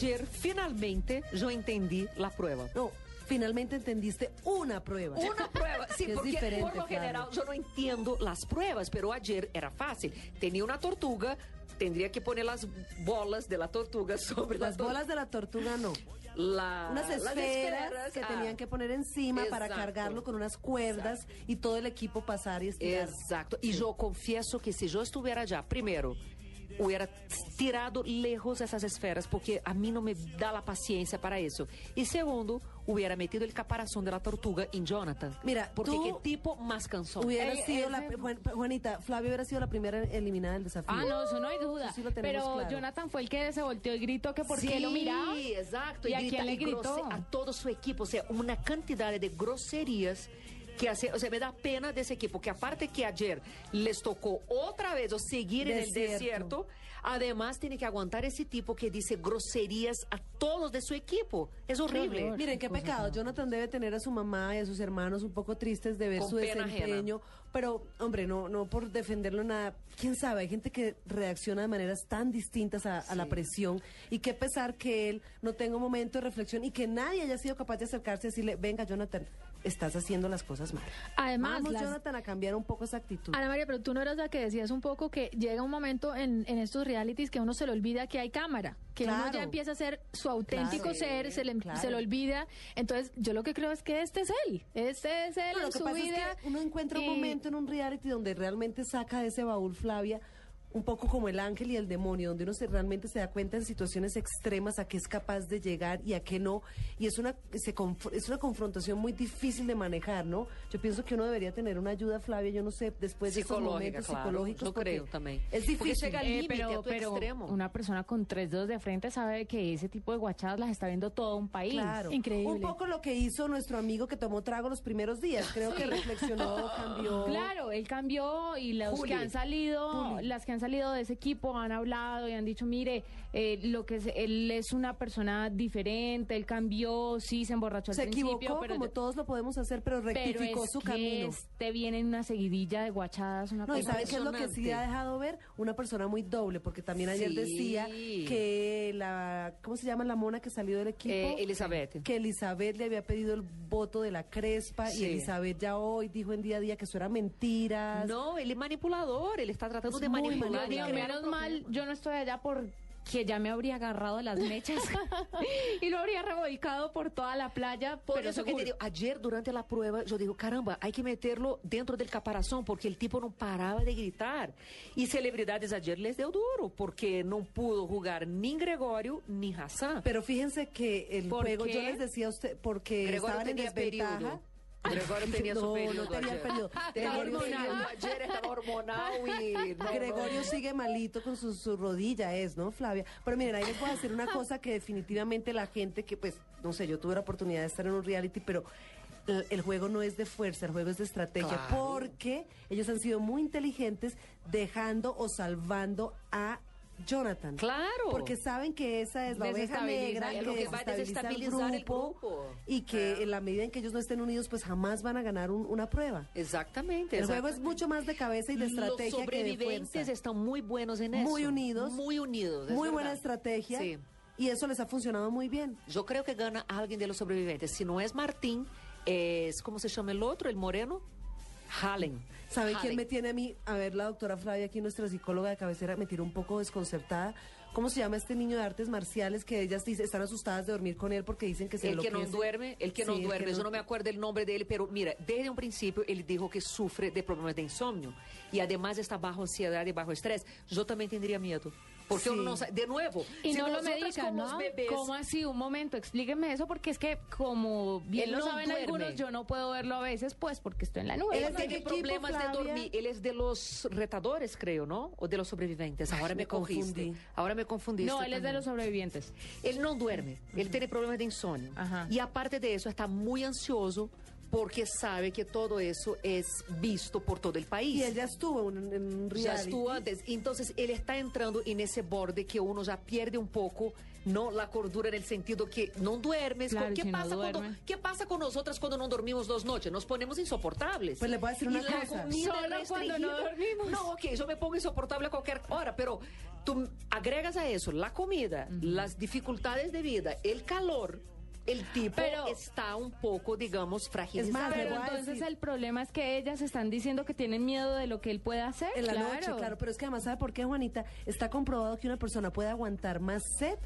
Ayer finalmente yo entendí la prueba. No, finalmente entendiste una prueba. Una prueba, sí, Que es porque por diferente, lo claro. general yo no entiendo las pruebas, pero ayer era fácil. Tenía una tortuga, tendría que poner las bolas de la tortuga sobre Las la tor- bolas de la tortuga no. la- Unas las esferas, que ah, tenían que poner encima para Exacto. cargarlo con unas cuerdas y todo el equipo pasar y estirar. Exacto. Y yo confieso que si yo estuviera allá, primero, hubiera tirado lejos esas esferas, porque a mí no me da la paciencia para eso. Y segundo, hubiera metido el caparazón de la tortuga en Jonathan. Mira, porque tú qué tipo más cansón. Hubiera Ey, sido ese- la, Juan- Juanita, Flavia hubiera sido la primera eliminada del desafío. Ah, no, eso no hay duda. Eso sí lo tenemos Pero claro. Jonathan fue el que se volteó y gritó que por qué Sí, lo miraba. exacto. ¿Y a quién le grose- gritó? A todo su equipo. O sea, una cantidad de groserías que hace. O sea, me da pena de ese equipo. Que aparte que ayer les tocó otra vez o seguir en el Desierto. desierto, además tiene que aguantar ese tipo que dice groserías a todos de su equipo. Es horrible. Eh, horror. Miren, qué pecado. Jonathan debe tener a su mamá y a sus hermanos un poco tristes de ver Con su pena ajena. desempeño. Pero, hombre, no, no por defenderlo nada. Quién sabe, hay gente que reacciona de maneras tan distintas a, a la presión. Y qué pesar que él no tenga un momento de reflexión y que nadie haya sido capaz de acercarse y decirle: Venga, Jonathan, estás haciendo las cosas mal. Además, Vamos, las- Jonathan, a cambiar un poco esa actitud. Ana María, pero tú no eras la que decías un poco que llega un momento en, en estos realities que a uno se le olvida que hay cámara, que uno Claro. ya empieza a ser su auténtico Claro. ser, se le, Claro. se le olvida. Entonces, yo lo que creo es que este es él, este es él No, en lo que su pasa vida. es que uno encuentra un y- momento en un reality donde realmente saca de ese baúl Flavia un poco como el ángel y el demonio, donde uno se, realmente se da cuenta en situaciones extremas a qué es capaz de llegar y a qué no. Y es una, se conf- es una confrontación muy difícil de manejar, ¿no? Yo pienso que uno debería tener una ayuda, Flavia, yo no sé, después de esos Psicológica, momentos claro. psicológicos. Yo porque creo también. Porque Es difícil. llega al Eh, límite, a pero, tu pero extremo. una persona con tres dedos de frente sabe que ese tipo de guachadas las está viendo todo un país. Claro. Increíble. Un poco lo que hizo nuestro amigo que tomó trago los primeros días. Creo que reflexionó, cambió. Claro, él cambió y los Juli. que han salido, las que han salido de ese equipo han hablado y han dicho, mire, eh, lo que es- él es una persona diferente, él cambió, sí se emborrachó al Se principio, equivocó, pero, como todos lo podemos hacer, pero pero rectificó es su que camino. Este viene en una seguidilla de guachadas, una No, y cosa ¿sabes qué es lo que sí ha impresionante. dejado ver? Una persona muy doble, porque también ayer Sí. decía que la, ¿cómo se llama la mona que salió del equipo? Eh, Elizabeth. Que Elizabeth le había pedido el voto de la Crespa y Sí. Elizabeth ya hoy dijo en día a día que eso era mentiras. No, él es manipulador. Él está tratando de muy manipular. de Dios mío, manipulable. crear menos un mal, problema. yo no estoy allá porque ya me habría agarrado las mechas y lo habría revolcado por toda la playa. Por pero eso que te seguro. digo, ayer durante la prueba yo digo, caramba, hay que meterlo dentro del caparazón porque el tipo no paraba de gritar. Y celebridades ayer les dio duro porque no pudo jugar ni Gregorio ni Hassan. Pero fíjense que el ¿Por juego, yo qué? les decía a usted, porque Gregorio estaban en tenía desventaja. periodo. Gregorio tenía No, su no periodo. tenía ayer. periodo. Tenía Gregorio hormonal. tenía- Ayer estaba hormonal y. no, no. Gregorio sigue malito con su, su rodilla, es, ¿no, Flavia? Pero miren, ahí les voy a decir una cosa que definitivamente la gente que, pues, no sé, yo tuve la oportunidad de estar en un reality, pero el, el juego no es de fuerza, el juego es de estrategia, porque ellos han sido muy inteligentes dejando o salvando a Jonathan. Claro. Porque saben que esa es la oveja Desestabiliza negra el que, grupo. Lo que va a desestabiliza el desestabilizar el grupo, grupo. y que en la medida en que ellos no estén unidos, pues jamás van a ganar un- una prueba. Exactamente. El juego es exactamente. mucho más de cabeza y de Los estrategia que de sobrevivientes fuerza. están muy buenos en eso. Muy unidos. Muy unidos. es Muy buena verdad. estrategia. Sí. Y eso les ha funcionado muy bien. Yo creo que gana alguien de los sobrevivientes. Si no es Martín, es, ¿cómo se llama el otro, el moreno? Hallen. ¿Sabe Hallen. quién me tiene a mí? A ver, la doctora Flavia, aquí nuestra psicóloga de cabecera, me tiró un poco desconcertada. ¿Cómo se llama este niño de artes marciales que ellas dice, están asustadas de dormir con él porque dicen que se El que no enloquece? duerme, el que Sí, no duerme. Yo no me acuerdo el nombre de él, pero mira, desde un principio él dijo que sufre de problemas de insomnio y además está bajo ansiedad y bajo estrés. Yo también tendría miedo. Porque Sí. uno no sabe. De nuevo, Y si no lo nosotras medican, como ¿no? bebés. ¿Cómo así? Un momento, explíqueme eso, porque es que como Él bien lo no saben duerme. algunos, yo no puedo verlo a veces, pues porque estoy en la nube. Él ¿Pero de tiene qué equipo, problemas de Flavia? dormir. Él es de los retadores, creo, ¿no? O de los sobrevivientes. Ahora Ay, me, me confundiste. confundí. Ahora me confundiste. No, él es de también. los sobrevivientes. Él no duerme, él tiene problemas de insomnio. Ajá. Y aparte de eso, está muy ansioso porque sabe que todo eso es visto por todo el país. Y él ya estuvo en, en un reality. Já estuvo antes. Entonces, él está entrando en ese borde que uno ya pierde un poco, ¿no? La cordura en el sentido que no duermes. Claro, ¿Qué, si no pasa cuando, duerme. ¿Qué pasa con nosotras cuando no dormimos dos noches? Nos ponemos insoportables. Pues le voy a decir Y una la cosa. comida Solo restringida- cuando no dormimos. No, ok, yo me pongo insoportable a cualquier hora, pero tú agregas a eso la comida, las dificultades de vida, el calor. El tipo Pero- está un poco, digamos, Es fragilizado. más, le Pero voy a entonces decir- el problema es que ellas están diciendo que tienen miedo de lo que él pueda hacer. En la noche, claro. Pero es que además, ¿sabe por qué, Juanita? Está comprobado que una persona puede aguantar más sed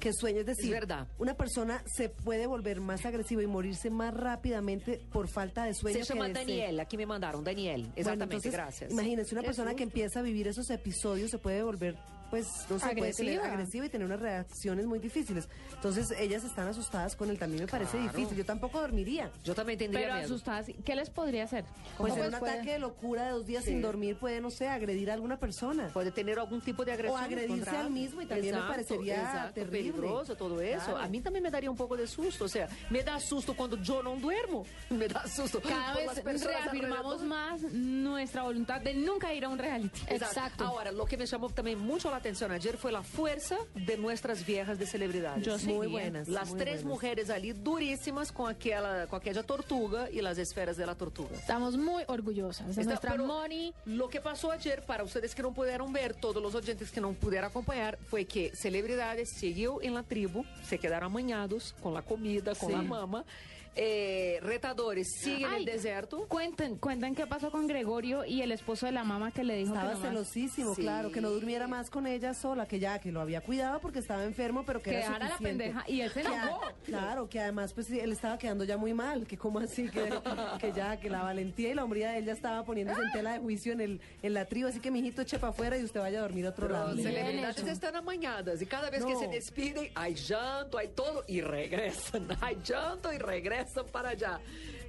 que sueño. Es decir, verdad. una persona se puede volver más agresiva y morirse más rápidamente por falta de sueño. Se llama que de sed. Daniel, aquí me mandaron, Daniel. Exactamente, Bueno, entonces, gracias. Imagínense, una Qué persona que susto. empieza a vivir esos episodios se puede volver, pues, no se puede tener Agresiva. agresiva y tener unas reacciones muy difíciles. Entonces, ellas están asustadas con él. También me parece Claro. difícil. Yo tampoco dormiría. Yo también tendría Pero miedo. asustadas, ¿qué les podría hacer? Pues ¿Cómo en un puede? ataque de locura de dos días sin dormir puede, no sé, agredir a alguna persona. Puede tener algún tipo de agresión. O agredirse contra al alguien. mismo y también me Exacto, parecería exacto, terrible. peligroso todo eso. Claro. A mí también me daría un poco de susto. O sea, me da susto cuando yo no duermo. Me da susto. pues, Cada por las vez personas reafirmamos alrededor. más nuestra voluntad de nunca ir a un reality. Exacto. Ahora, lo que me llamó también mucho la atención ayer fue la fuerza de nuestras viejas de celebridades. Yo muy seguiría. buenas. Las muy tres buenas. mujeres ali durísimas con aquella, con aquella tortuga y las esferas de la tortuga. Estamos muy orgullosas de Está- nuestra pero Moni. Lo que pasó ayer, para ustedes que no pudieron ver, todos los oyentes que no pudieron acompañar, fue que celebridades siguió en la tribu, se quedaron amañados con la comida, con la mama. Eh, retadores siguen en Ay, el desierto. Cuenten, cuenten qué pasó con Gregorio y el esposo de la mamá que le dijo que Estaba no más. celosísimo, Sí. claro, que no durmiera más con ella sola, que ya, que lo había cuidado porque estaba enfermo, pero que, Que era dejara la suficiente. pendeja, y él se Que a- enojó. Claro, que además pues sí, él estaba quedando ya muy mal, que como así, que, que ya, que la valentía y la hombría de él ya estaba poniéndose en tela de juicio en, el, en la tribu, así que mijito, eche para afuera y usted vaya a dormir a otro lado. Las bien celebridades hecho. están amañadas y cada vez que No. se despiden, hay llanto, hay todo y regresan. Hay llanto y regresan para allá.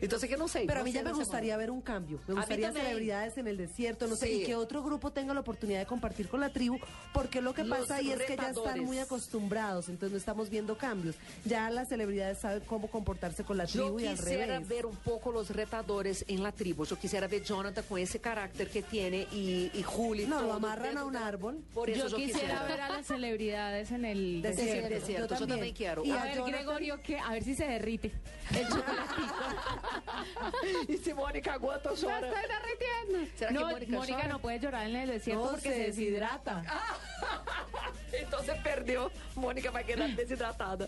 Entonces, que no sé. Pero no a mí sé ya me esa gustaría ver un cambio. Me mí gustaría también. celebridades en el desierto, no sé, Sí. y que otro grupo tenga la oportunidad de compartir con la tribu, porque lo que Los pasa ahí es que ya están retadores. muy acostumbrados, entonces no estamos viendo cambios. Ya las celebridades saben cómo comportarse con la Yo tribu y al quisiera revés. ver un poco los retadores en la tribu. Yo quisiera ver Jonathan con ese carácter que tiene y, y Juli. No, lo todo amarran dentro a un de la- árbol. Por eso Yo yo, quisiera ver a las celebridades en el Desierto, desierto. desierto, desierto. Yo yo también, también. quiero. Y a, a ver, Jonathan- Gregorio, que, a ver si se derrite. El y si Mónica aguanta, ¡Me llora. estoy derritiendo! ¿Será que no, Mónica llora? no puede llorar en el desierto No, porque se se deshidrata. Entonces perdió. Mónica va a quedar desidratada.